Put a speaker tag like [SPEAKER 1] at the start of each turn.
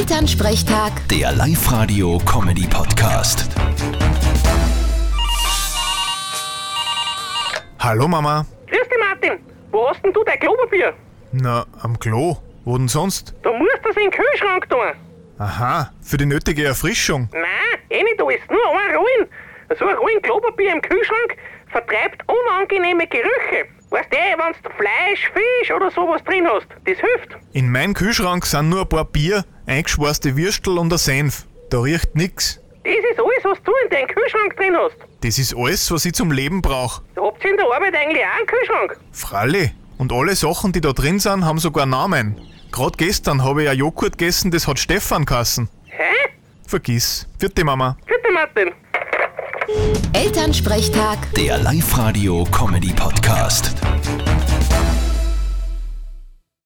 [SPEAKER 1] Elternsprechtag,
[SPEAKER 2] Der Live-Radio-Comedy-Podcast.
[SPEAKER 3] Hallo Mama.
[SPEAKER 4] Grüß dich, Martin. Wo hast denn du dein Klopapier?
[SPEAKER 3] Na, am Klo. Wo denn sonst?
[SPEAKER 4] Du musst das in den Kühlschrank tun.
[SPEAKER 3] Aha, für die nötige Erfrischung.
[SPEAKER 4] Nein, eh nicht alles, nur ein Rollen. So ein Rollen Klopapier im Kühlschrank vertreibt unangenehme Gerüche. Weißt du, wenn du Fleisch, Fisch oder sowas drin hast, das hilft.
[SPEAKER 3] In meinem Kühlschrank sind nur ein paar Bier, eingeschweißte Würstel und ein Senf. Da riecht nix.
[SPEAKER 4] Das ist alles, was du in deinem Kühlschrank drin hast.
[SPEAKER 3] Das ist alles, was ich zum Leben brauch.
[SPEAKER 4] Habt ihr in der Arbeit eigentlich auch einen Kühlschrank?
[SPEAKER 3] Fralli. Und alle Sachen, die da drin sind, haben sogar Namen. Gerade gestern habe ich ein Joghurt gegessen, das hat Stefan kassen.
[SPEAKER 4] Hä?
[SPEAKER 3] Vergiss. Vierte Mama.
[SPEAKER 4] Bitte, Martin.
[SPEAKER 1] Elternsprechtag.
[SPEAKER 2] Der Live-Radio-Comedy-Podcast.